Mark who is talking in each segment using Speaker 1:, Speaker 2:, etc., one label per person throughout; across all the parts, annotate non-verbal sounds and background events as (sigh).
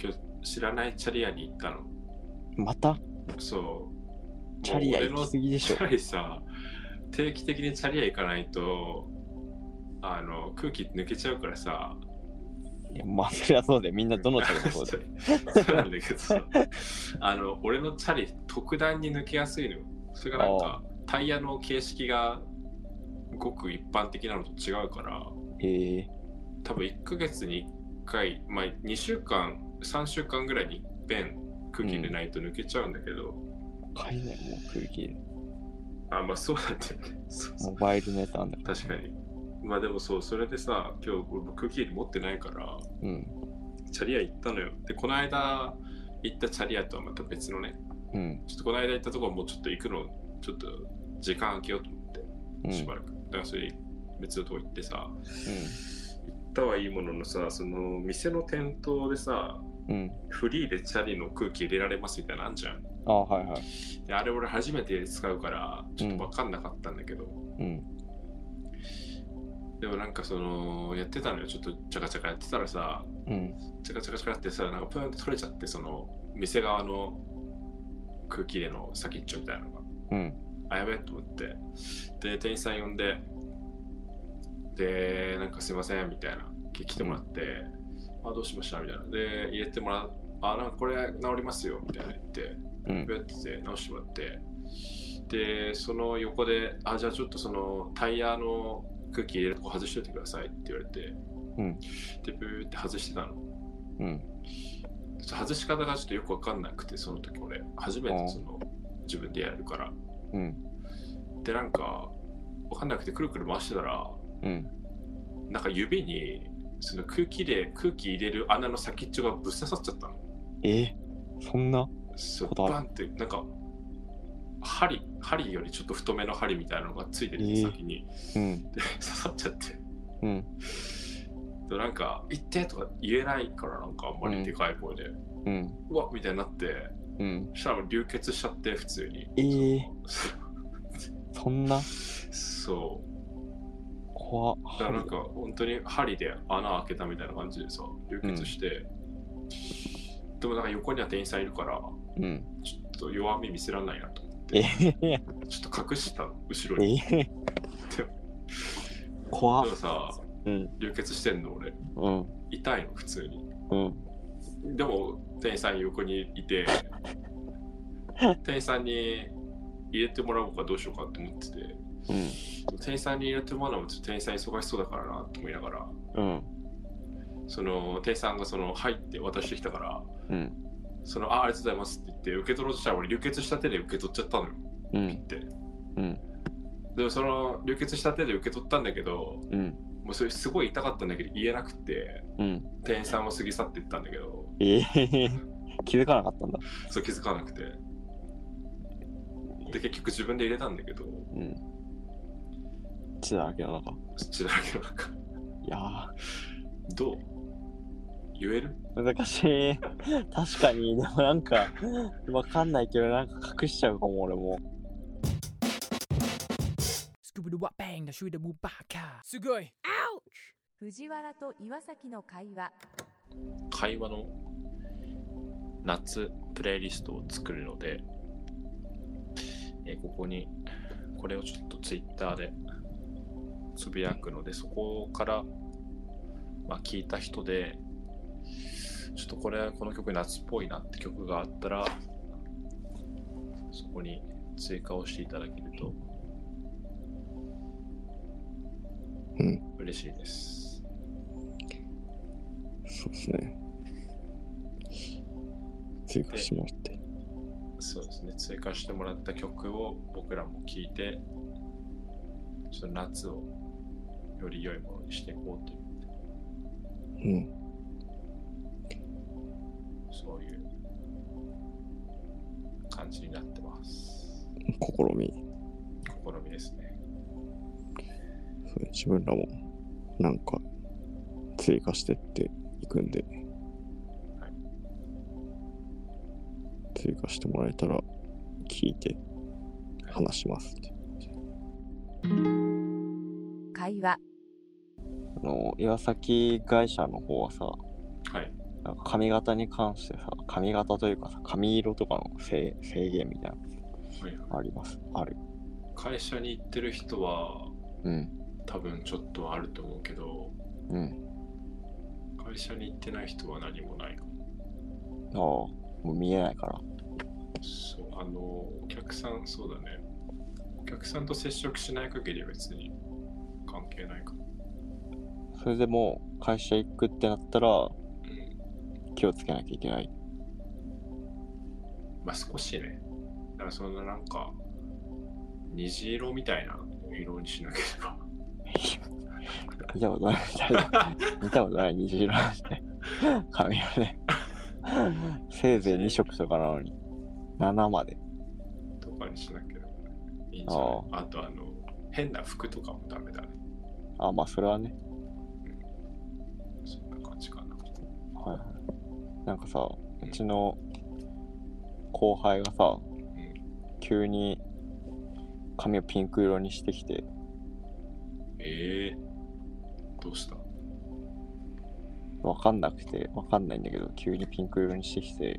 Speaker 1: 今日知らないチャリアに行ったの。
Speaker 2: また
Speaker 1: そう。
Speaker 2: チャリア行
Speaker 1: もう
Speaker 2: きすぎでし
Speaker 1: 俺のチ。ャ
Speaker 2: ょ
Speaker 1: リさ、定期的にチャリア行かないと、あの、空気抜けちゃうからさ。
Speaker 2: いや、まあ、そりゃそうだよ。みんなどのチャリ
Speaker 1: (laughs)
Speaker 2: もそうだよ。
Speaker 1: そうなんだけどさ、あの、俺のチャリ、特段に抜けやすいのよ。それがなんか、タイヤの形式がごく一般的なのと違うから、
Speaker 2: へえ
Speaker 1: 多分1ヶ月に1回、まあ、2週間、3週間ぐらいに一遍空気入れないと抜けちゃうんだけど、
Speaker 2: 買えないもう空気。
Speaker 1: あ、まあそうなんだよね。 (laughs) そうそ
Speaker 2: モバイルのやつあんだ
Speaker 1: う
Speaker 2: から。
Speaker 1: 確かに。まあでもそう、それでさ、今日俺空気入れ持ってないから、
Speaker 2: うん。
Speaker 1: チャリア行ったのよ。で、この間行ったチャリアとはまた別のね、
Speaker 2: うん。
Speaker 1: ちょっとこの間行ったところもうちょっと行くの、ちょっと時間空けようと思
Speaker 2: う
Speaker 1: って、し
Speaker 2: ん。
Speaker 1: ばらく。だからそれ別のとこ行ってさ、行ったはいいもののさ、その店の店頭でさ、
Speaker 2: うん。うん。
Speaker 1: フリーでチャリの空気入れられますみたいなのあんじゃん。
Speaker 2: ああ、はいはい。
Speaker 1: で、あれ俺初めて使うから、ちょっとわかんなかったんだけど、
Speaker 2: うん。
Speaker 1: でもなんかその、やってたのよ、ちょっとチャカチャカやってたらさ、
Speaker 2: うん。
Speaker 1: チャカチャカチャカってさ、なんかプーンと取れちゃって、その、店側の空気入れの先っちょみたいなのが。
Speaker 2: うん。
Speaker 1: あ、やべえと思って。で、店員さん呼んで、で、なんかすいません、みたいな。来来てもらって、あ、どうしましたみたいな。で、入れてもらう。あ、なんかこれ治りますよ、みたいな言って、
Speaker 2: うん
Speaker 1: ブ。ってて直してもらって。で、その横で、あ、じゃあちょっとそのタイヤの空気入れるとこ外しといてくださいって言われて、
Speaker 2: うん
Speaker 1: で、ブーって外してたの。
Speaker 2: うん。
Speaker 1: 外し方がちょっとよくわかんなくて、その時俺、初めてその自分でやるから。
Speaker 2: うん。
Speaker 1: でなんかわかんなくてくるくる回してたら
Speaker 2: うん。
Speaker 1: なんか指にその空気で空気入れる穴の先っちょがぶっ刺さっちゃったの
Speaker 2: えそんな
Speaker 1: そう
Speaker 2: こだわる
Speaker 1: バンってなんか針針よりちょっと太めの針みたいなのがついてる
Speaker 2: えー
Speaker 1: 先に、
Speaker 2: うん。
Speaker 1: で (laughs) 刺さっちゃって
Speaker 2: うん。
Speaker 1: でなんか「行って」とか言えないからなんかあんまりでかい声で「う
Speaker 2: うん。
Speaker 1: わっ」みたいになって
Speaker 2: うん。
Speaker 1: そしたら流血しちゃって普通に
Speaker 2: えー、
Speaker 1: そ
Speaker 2: そんな
Speaker 1: そう
Speaker 2: 怖っ。
Speaker 1: だからなんか本当に針で穴開けたみたいな感じでさ流血して、でもなんか横には店員さんいるから
Speaker 2: うん。
Speaker 1: ちょっと弱み見せられないなと思っ
Speaker 2: え
Speaker 1: て
Speaker 2: ー、え
Speaker 1: ちょっと隠してたの後ろに
Speaker 2: ー、怖
Speaker 1: で
Speaker 2: っ
Speaker 1: も。さ
Speaker 2: うん。
Speaker 1: 流血してんの俺
Speaker 2: うん。
Speaker 1: 痛いの普通に
Speaker 2: うん。
Speaker 1: でも店員さん横にい
Speaker 2: (laughs)
Speaker 1: て店員さんに入れてもらおうかどうしようかと思ってて
Speaker 2: うん。
Speaker 1: 店員さんに入れてもらうのもちょっと店員さん忙しそうだからなと思いながら
Speaker 2: うん。
Speaker 1: その店員さんがその入って渡してきたから
Speaker 2: うん。
Speaker 1: そのあありがとうございますって言って受け取ろうとしたら俺流血した手で受け取っちゃったのよ
Speaker 2: うん。
Speaker 1: って
Speaker 2: うん。
Speaker 1: でもその流血した手で受け取ったんだけど
Speaker 2: うん。
Speaker 1: もうそれすごい痛かったんだけど言えなくて
Speaker 2: うん。
Speaker 1: 店員さんは過ぎ去っていったんだけど
Speaker 2: えー、気づかなかったんだ。
Speaker 1: そう気づかなくてで結局自分で入れたんだけど
Speaker 2: うん。血だらけの中。
Speaker 1: 血だらけの中
Speaker 2: いや
Speaker 1: どう言える
Speaker 2: ー、難しい。確かに、でもなんか、わかんないけど、なんか隠しちゃうかも、俺も。
Speaker 3: スクブルワバンダシューダムバカすごい
Speaker 4: 藤原と岩崎の会話
Speaker 1: 会話の夏プレイリストを作るので、えーここにこれをちょっとツイッターでつぶやくのでそこから、まあ、聞いた人でちょっとこれこの曲夏っぽいなって曲があったらそこに追加をしていただけると
Speaker 2: うん
Speaker 1: 嬉しいです。
Speaker 2: そうですね。追加してもらって。
Speaker 1: そうですね、追加してもらった曲を僕らも聴いて、ちょっと夏をより良いものにしていこうという、
Speaker 2: うん。
Speaker 1: そういう感じになってます。
Speaker 2: 試み。
Speaker 1: 試みですね。
Speaker 2: そう自分らも、なんか、追加してっていくんで。
Speaker 1: はい
Speaker 2: 追加してもらえたら、聞いて、話しますって。
Speaker 4: 会話
Speaker 2: あの岩崎会社の方はさ
Speaker 1: はい。
Speaker 2: なんか髪型に関してさ、髪型というかさ、髪色とかの制制限みたいな
Speaker 1: はいはい
Speaker 2: のあります。ある。
Speaker 1: 会社に行ってる人は
Speaker 2: うん。
Speaker 1: 多分ちょっとあると思うけど、
Speaker 2: うん。
Speaker 1: 会社に行ってない人は何もないかも。
Speaker 2: ああ、もう見えないから。
Speaker 1: そう、あの、お客さん、そうだね。お客さんと接触しない限りは別に関係ないかも。
Speaker 2: それでもう会社行くってなったら
Speaker 1: うん。
Speaker 2: 気をつけなきゃいけない。
Speaker 1: まあ少しね。だからそんななんか、虹色みたいな色にしなければ。
Speaker 2: 見たことないみたいな。見たことない虹色なんて。髪色ね。せいぜい2色とかなのに。7まで。
Speaker 1: とかにしなければいいんじゃないあとあの、変な服とかもダメだね。
Speaker 2: あ、まあそれはね。
Speaker 1: そんな感じかな。
Speaker 2: はいはい。なんかさ、うちの後輩がさ、急に髪をピンク色にしてきて、
Speaker 1: ええどうした
Speaker 2: わかんなくて、わかんないんだけど、急にピンク色にしてきて、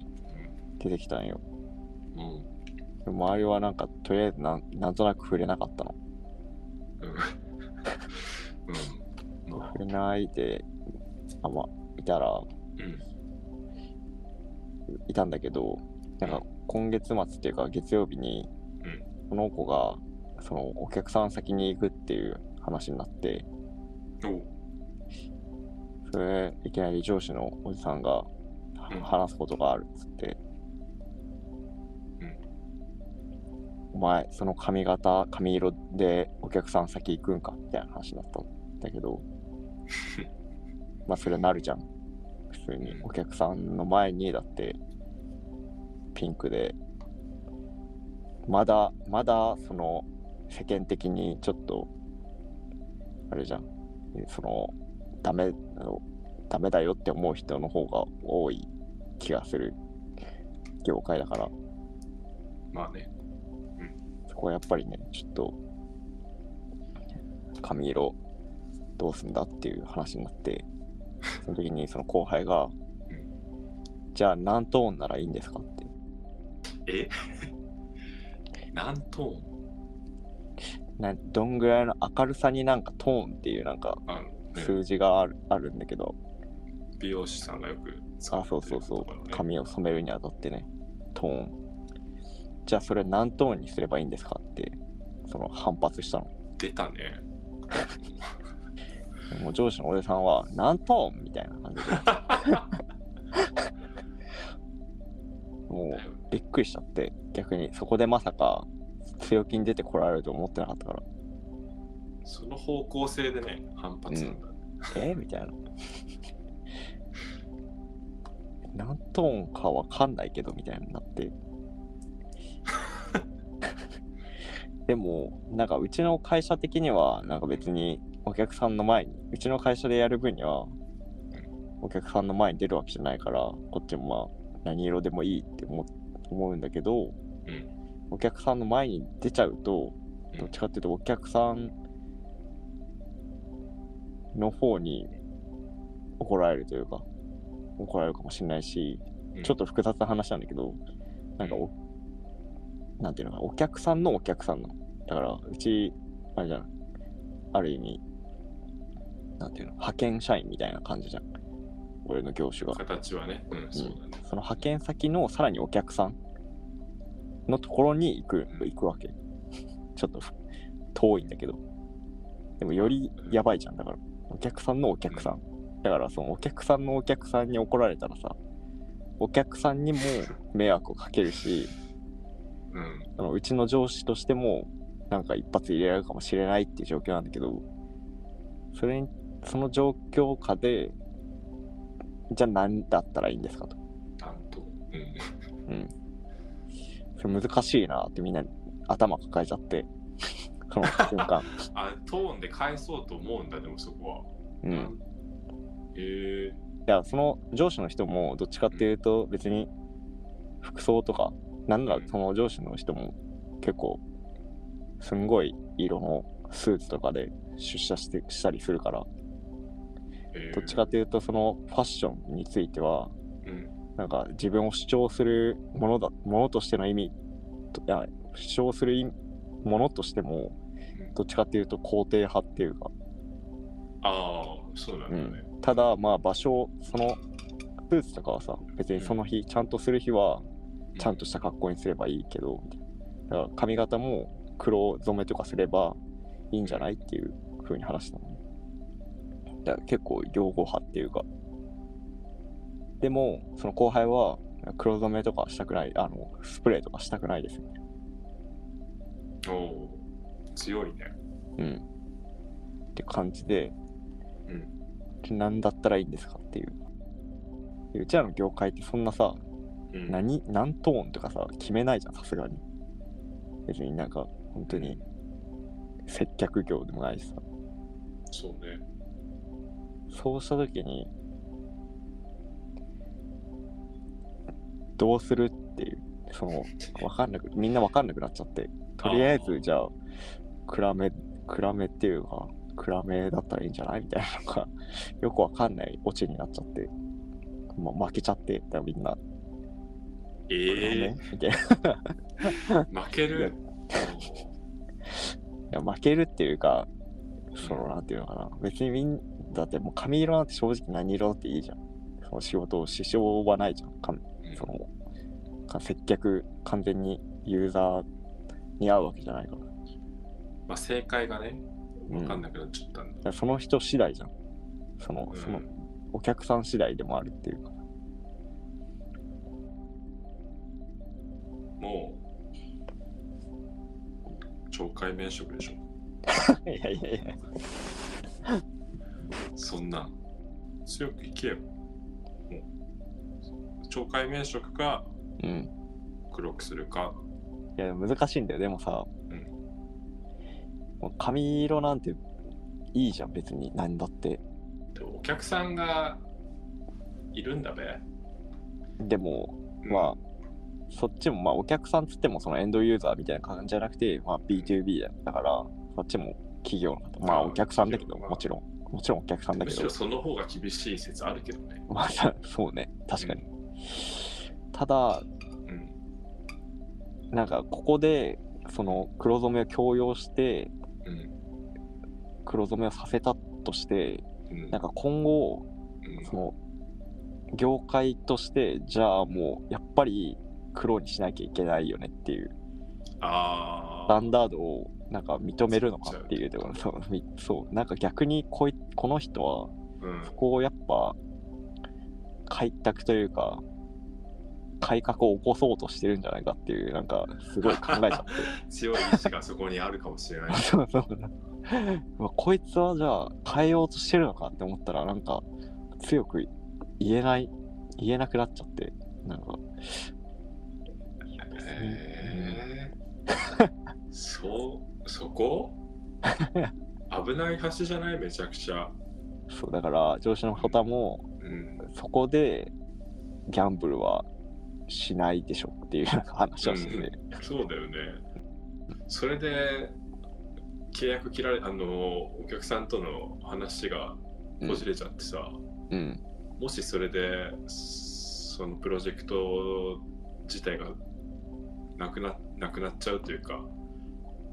Speaker 2: 出てきたんよ。
Speaker 1: うん。
Speaker 2: でも周りはなんか、とりあえずなんなんとなく触れなかったの。
Speaker 1: うん。うん。まあ
Speaker 2: 触、れないで、あま、いたら、
Speaker 1: うん。
Speaker 2: いたんだけど、なんか今月末っていうか月曜日に、この子が、そのお客さん先に行くっていう話になって、
Speaker 1: おう
Speaker 2: それいきなり上司のおじさんが
Speaker 1: うん
Speaker 2: 話すことがあるっつって、
Speaker 1: うん
Speaker 2: お前その髪型髪色でお客さん先行くんかみたいな話だったんだけどまあそれなるじゃん普通に
Speaker 1: うん
Speaker 2: お客さんの前にだってピンクでまだまだその世間的にちょっとあれじゃんそのダメあのダメだよって思う人の方が多い気がする業界だから
Speaker 1: まあね。
Speaker 2: そこはやっぱりねちょっと髪色どうすんだっていう話になってその時にその後輩が
Speaker 1: うん
Speaker 2: 「じゃあ何トーンならいいんですか?」って
Speaker 1: え (laughs) なんと、
Speaker 2: などんぐらいの明るさになんかトーンっていうなんか
Speaker 1: あの、ね、
Speaker 2: 数字がある,、あるんだけど
Speaker 1: 美容師さんがよく使
Speaker 2: あ
Speaker 1: って
Speaker 2: そ
Speaker 1: る
Speaker 2: うそうそ
Speaker 1: 言葉だ
Speaker 2: う
Speaker 1: ね
Speaker 2: 髪を染めるにあたってねトーンじゃあそれ何トーンにすればいいんですかってその反発したの
Speaker 1: 出たね。
Speaker 2: もう上司のおじさんは何トーンみたいな感じでも
Speaker 1: だよ
Speaker 2: うびっくりしちゃって逆にそこでまさか強気に出てこられると思ってなかったから
Speaker 1: その方向性でね、反発なんだ。
Speaker 2: えみたいな何トーンかわかんないけどみたいになって (laughs) でもなんかうちの会社的にはなんか別にお客さんの前にうちの会社でやる分にはお客さんの前に出るわけじゃないからこっちもまあ何色でもいいって思思うんだけ
Speaker 1: う
Speaker 2: ど、
Speaker 1: ん
Speaker 2: お客さんの前に出ちゃうと
Speaker 1: うん
Speaker 2: どっちかっていうとお客さんの方に怒られるというか怒られるかもしれないし、
Speaker 1: うん
Speaker 2: ちょっと複雑な話なんだけどなんかお、なんていうのかなお客さんのお客さんのだからうちあれじゃんある意味なんていうの派遣社員みたいな感じじゃん俺の業種が
Speaker 1: 形はね、うん、そうだね。
Speaker 2: その派遣先のさらにお客さんのところに行く
Speaker 1: うん
Speaker 2: 行くわけ。 (laughs) ちょっとふ遠いんだけど。でもよりやばいじゃん。だから、お客さんのお客さん。だから、そのお客さんのお客さんに怒られたらさ、お客さんにも迷惑をかけるし、
Speaker 1: うん。
Speaker 2: そのうちの上司としても、なんか一発入れられるかもしれないっていう状況なんだけど、それに、その状況下で、じゃあ何だったらいいんですかと。
Speaker 1: 担当。うん。
Speaker 2: うん。それ難しいなってみんな頭抱えちゃって、 (laughs) その瞬間。
Speaker 1: あ、トーンで返そうと思うんだ、でもそこ
Speaker 2: う
Speaker 1: は。
Speaker 2: ん。。
Speaker 1: ええ
Speaker 2: いや、その上司の人も、どっちかっていうと、別に服装とか、なんならその上司の人も結構、すんごい色のスーツとかで出社してしたりするから、
Speaker 1: えー
Speaker 2: どっちかというとそのファッションについては
Speaker 1: うん。
Speaker 2: なんか自分を主張するものだものとしての意味といや主張する意味ものとしてもどっちかというと肯定派っていうか
Speaker 1: ああ、そうなんだね。
Speaker 2: ただまあ場所そのスーツとかはさ別にその日ちゃんとする日はちゃんとした格好にすればいいけどみたいなだから髪型も黒染めとかすればいいんじゃないっていう風に話したのねだから結構擁護派っていうかでもその後輩は黒染めとかしたくないあのスプレーとかしたくないですよね
Speaker 1: おおー、強いね。
Speaker 2: うんって感じで
Speaker 1: うん。
Speaker 2: 何だったらいいんですかっていうでうちらの業界ってそんなさ
Speaker 1: うん、
Speaker 2: 何何トーンとかさ決めないじゃんさすがに別になんか本当に接客業でもないしさ
Speaker 1: そうね。
Speaker 2: そうした時にどうするっていうその分かんなくみんな分かんなくなっちゃってとりあえずじゃあ暗め暗めっていうか暗めだったらいいんじゃないみたいなのがよく分かんないオチになっちゃって、ま、負けちゃってだからみんな
Speaker 1: ええ
Speaker 2: 暗めみたいな
Speaker 1: 負け
Speaker 2: いや
Speaker 1: る。
Speaker 2: いや負けるっていうかそのなんていうのかな別にみんだってもう髪色なんて正直何色だっていいじゃんその仕事を支障はないじゃんか (laughs)
Speaker 1: うん
Speaker 2: そのか接客完全にユーザーに合うわけじゃないから,、
Speaker 1: まあ、正解がね、
Speaker 2: う
Speaker 1: 分かん
Speaker 2: だ
Speaker 1: なくなっちゃったんだ。
Speaker 2: からその人次第じゃんその
Speaker 1: うん
Speaker 2: そのお客さん次第でもあるっていうか (laughs)
Speaker 1: もう、懲戒免職でしょ。
Speaker 2: いやいやいや
Speaker 1: そんな、強くいけよ。もう、懲戒免職か
Speaker 2: うん
Speaker 1: 黒くするか。
Speaker 2: いや難しいんだよでもさ、
Speaker 1: うん
Speaker 2: もう髪色なんていいじゃん別に何だって
Speaker 1: でもお客さんがいるんだべ。
Speaker 2: でもまあ、そっちも、まあ、お客さんつっても、そのエンドユーザーみたいな感じじゃなくて、まあ、B2B だだから、そっちも企業の方、まあ、お客さんだけど、もちろん、もちろんお客さんだ
Speaker 1: む
Speaker 2: け
Speaker 1: し
Speaker 2: ど
Speaker 1: ろ、その方が厳しい説あるけどね。
Speaker 2: (laughs) まあ、そうね、確かに。ただ、
Speaker 1: うん。
Speaker 2: なんか、ここで、その、黒染めを強要して、
Speaker 1: うん。
Speaker 2: 黒染めをさせたとして、
Speaker 1: うん。
Speaker 2: なんか今後、
Speaker 1: うん
Speaker 2: その、業界として、じゃあもう、やっぱり黒にしなきゃいけないよねっていう。ス
Speaker 1: あ
Speaker 2: タンダードをなんか認めるのかっていうところそうみそうなんか逆にこいこの人は
Speaker 1: ーうん
Speaker 2: ここをやっぱ開拓というか改革を起こそうとしてるんじゃないかっていうなんかすごい考えちゃって
Speaker 1: 強い意志がそこにあるかもしれない。
Speaker 2: そうそううわこいつはじゃあ変えようとしてるのかって思ったらなんか強く言えない言えなくなっちゃってなんか
Speaker 1: えー、そう、そこ危ない橋じゃないめちゃくちゃ。
Speaker 2: そうだから上司の方も
Speaker 1: うん。
Speaker 2: そこでギャンブルはしないでしょっていうなんか話をしてて、
Speaker 1: そうだよね。それで、契約切られ、あの、お客さんとの話がこじれちゃってさ、
Speaker 2: うん、
Speaker 1: もしそれで、そのプロジェクト自体がなくななくなっちゃうというか、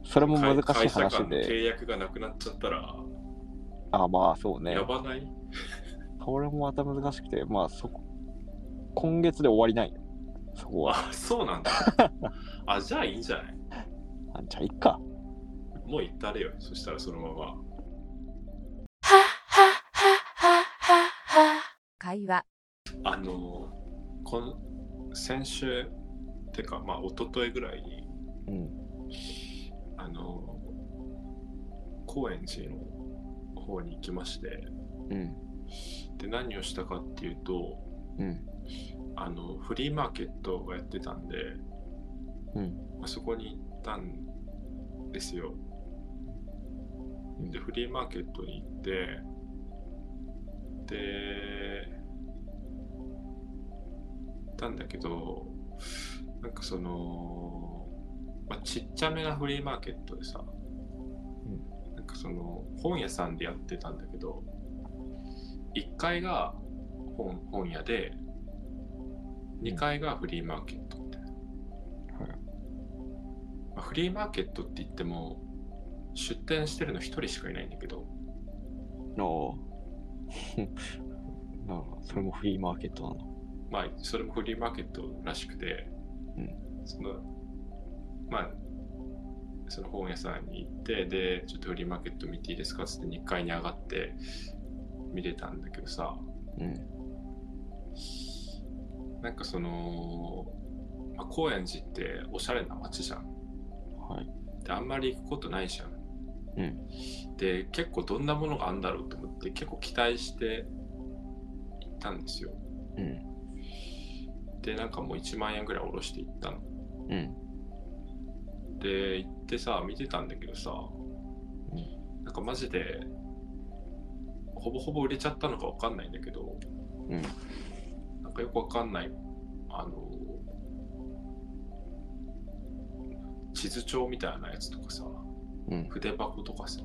Speaker 2: それも難しい
Speaker 1: 会社
Speaker 2: 話
Speaker 1: 間の
Speaker 2: で、
Speaker 1: 契約がなくなっちゃったら、
Speaker 2: あまあそうね
Speaker 1: や、ばない
Speaker 2: それもまた難しくて、まあそこ、今月で終わりないよ、そこは。
Speaker 1: (laughs) あそうなんだあじゃあいいんじゃない
Speaker 2: あじゃあ、いっか。
Speaker 1: もう行ったれよそしたらそのまま
Speaker 4: 会話
Speaker 1: あのこの先週てかまあ一昨日ぐらいに
Speaker 2: うん、
Speaker 1: あの高円寺の方に行きまして
Speaker 2: うん、
Speaker 1: で何をしたかっていうと
Speaker 2: うん、
Speaker 1: あのフリーマーケットがやってたんで、
Speaker 2: うん、
Speaker 1: まあ、そこに行ったんですよ
Speaker 2: うん
Speaker 1: でフリーマーケットに行ってで行ったんだけどなんかその、まあ、ちっちゃめなフリーマーケットでさ、なんかその本屋さんでやってたんだけど1階が本本屋で2階がフリーマーケットみたいな、
Speaker 2: はい
Speaker 1: まあフリーマーケットって言っても出店してるの1人しかいないんだけど
Speaker 2: の (laughs) なるほどそれもフリーマーケットなの
Speaker 1: まあそれもフリーマーケットらしくて、
Speaker 2: うん
Speaker 1: そのまあその本屋さんに行ってでちょっとフリーマーケット見ていいですかっつって2階に上がって見れたんだけどさ
Speaker 2: うん
Speaker 1: なんかその、まあ、高円寺っておしゃれな街じゃん
Speaker 2: はい
Speaker 1: であんまり行くことないじゃん、
Speaker 2: うん
Speaker 1: で結構どんなものがあるんだろうと思って結構期待して行ったんですよ
Speaker 2: うん
Speaker 1: でなんかもう1万円ぐらい下ろして行ったの
Speaker 2: うん
Speaker 1: で行ってさ見てたんだけどさ、なんかマジでほぼほぼ売れちゃったのかわかんないんだけど
Speaker 2: うん
Speaker 1: なんかよくわかんないあの地図帳みたいなやつとかさ
Speaker 2: うん
Speaker 1: 筆箱とかさ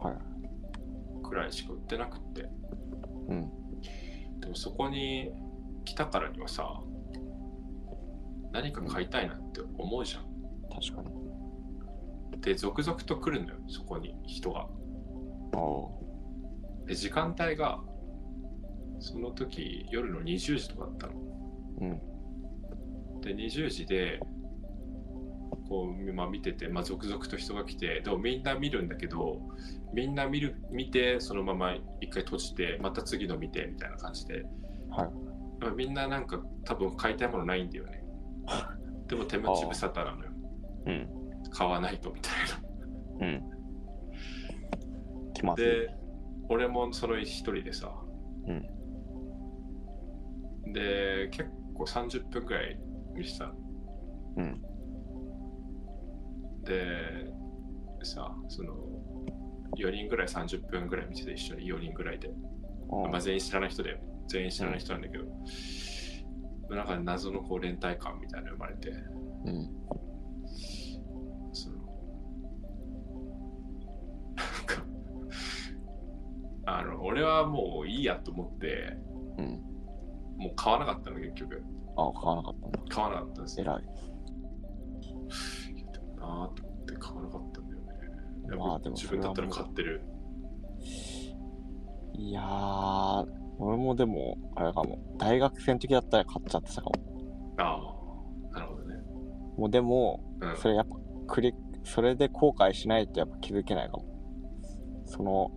Speaker 2: はい
Speaker 1: くらいしか売ってなくって
Speaker 2: うん
Speaker 1: でもそこに来たからにはさ何か買いたいなって思うじゃん。
Speaker 2: 確かに
Speaker 1: で続々と来るのよそこに人が。
Speaker 2: ああ
Speaker 1: で時間帯がその時夜の20時とかだったの。
Speaker 2: うん
Speaker 1: で20時でこう、まあ、見てて、まあ、続々と人が来てでもみんな見るんだけどみんな見る見てそのまま一回閉じてまた次の見てみたいな感じで、
Speaker 2: はい
Speaker 1: まあみんななんか多分買いたいものないんだ
Speaker 2: (laughs)
Speaker 1: よねでも手持ち無沙汰なのよ
Speaker 2: うん
Speaker 1: 買わないとみたいな
Speaker 2: うん来ます
Speaker 1: で俺もその一人でさ、
Speaker 2: うん
Speaker 1: で結構30分くらい見てたの
Speaker 2: うん
Speaker 1: でさその4人ぐらい30分ぐらい見てて一緒に4人ぐらいで、
Speaker 2: ああ
Speaker 1: まあ、全員知らない人だよ全員知らない人なんだけど、なんか謎のこう連帯感みたいなの生まれて
Speaker 2: うん
Speaker 1: そのなんかあの俺はもういいやと思って
Speaker 2: うん
Speaker 1: もう買わなかったの結局
Speaker 2: ああ買わなかったんだ
Speaker 1: 買わなかったんですよ
Speaker 2: 偉い
Speaker 1: なーと思って買わなかったんだよねいや
Speaker 2: まあでも
Speaker 1: 自分だったら
Speaker 2: それはも
Speaker 1: 買っ
Speaker 2: う
Speaker 1: てる
Speaker 2: いやー俺もでもあれかも大学生の時だったら買っちゃってたかも
Speaker 1: ああなるほどね
Speaker 2: もうでも
Speaker 1: うん
Speaker 2: それやっぱクリそれで後悔しないとやっぱ気づけないかもその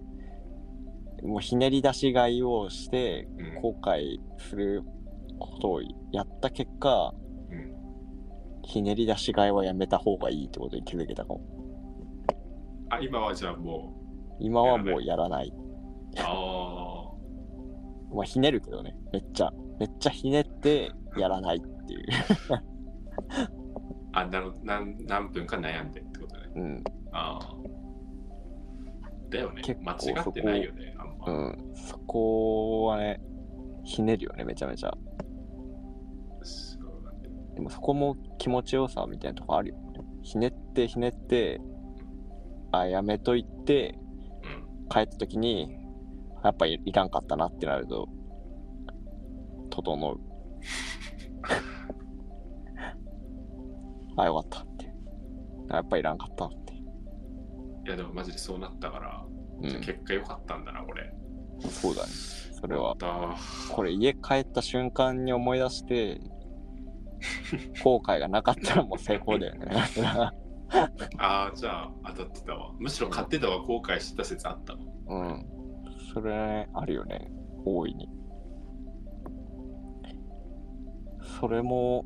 Speaker 2: もうひねり出し買いをして
Speaker 1: うん
Speaker 2: 後悔することをやった結果、
Speaker 1: うん
Speaker 2: ひねり出し買いはやめた方がいいってことに気づけたかも
Speaker 1: あ今はじゃあも
Speaker 2: 今はもうやらない、
Speaker 1: うあ
Speaker 2: まあ、ひねるけどねめっちゃめっちゃひねってやらないっていう、
Speaker 1: ああなる何何分か悩んでってことね
Speaker 2: うん
Speaker 1: ああだよね
Speaker 2: 結構
Speaker 1: 間違ってないよねあんま、
Speaker 2: うん、そこはねひねるよねめちゃめちゃ
Speaker 1: そうなんだよ
Speaker 2: でもそこも気持ちよさみたいなとこあるよね。ひねってひねって、あ、やめといて、
Speaker 1: うん
Speaker 2: 帰った時に、やっぱいいかんかったなってなると、整う。あ、よかったって。あやっぱいらんかったなって。
Speaker 1: いやでもマジでそうなったから、じゃあ
Speaker 2: う
Speaker 1: 結果良かったんだな俺
Speaker 2: ん、そうだね。それは
Speaker 1: よ。かっ
Speaker 2: これ家帰った瞬間に思い出して、後悔がなかったらもう成功だよね。
Speaker 1: たああじゃあ当たってたわむしろ買ってたわ後悔してた説あったわ
Speaker 2: うん。それ、あるよね。大いに。それも、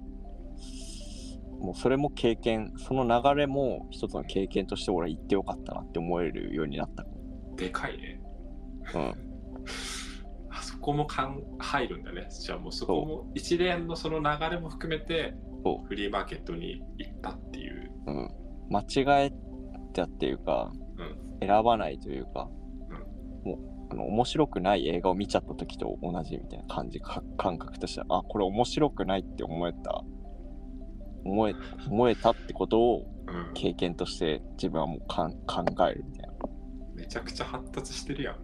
Speaker 2: もうそれも経験、その流れも一つの経験として俺は言ってよかったなって思えるようになった。
Speaker 1: でかいね (laughs)
Speaker 2: うん。
Speaker 1: あそこもかん入るんだねじゃあもうそこも一連のその流れも含めて
Speaker 2: そ
Speaker 1: フリーマーケットに行ったっていう
Speaker 2: うん。間違えたっていうか、選ばないというか、もう、あの、面白くない映画を見ちゃった時と同じみたいな感じか、感覚としては、あ、これ面白くないって思えた、思え、思えたってことを、
Speaker 1: うん
Speaker 2: 経験として自分はもうかん考えるみたいな。
Speaker 1: めちゃくちゃ発達してるやん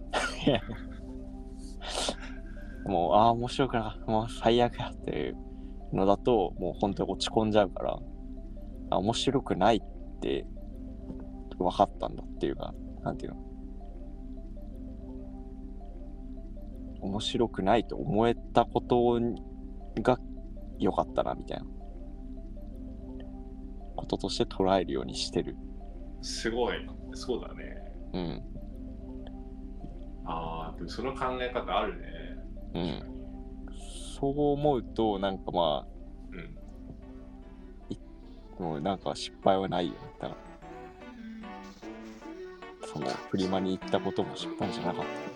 Speaker 2: もうああ面白くなかったもう最悪やっていうのだともう本当に落ち込んじゃうからあ面白くないって分かったんだっていうかなんていうの面白くないと思えたことが良かったなみたいなこととして捉えるようにしてる
Speaker 1: すごい。そうだね。
Speaker 2: うん
Speaker 1: ああ、でもその考え方あるね。
Speaker 2: うんそう思うとなんかま
Speaker 1: うん。
Speaker 2: あもうなんか失敗はないよみたいなそのフリマに行ったことも失敗じゃなかった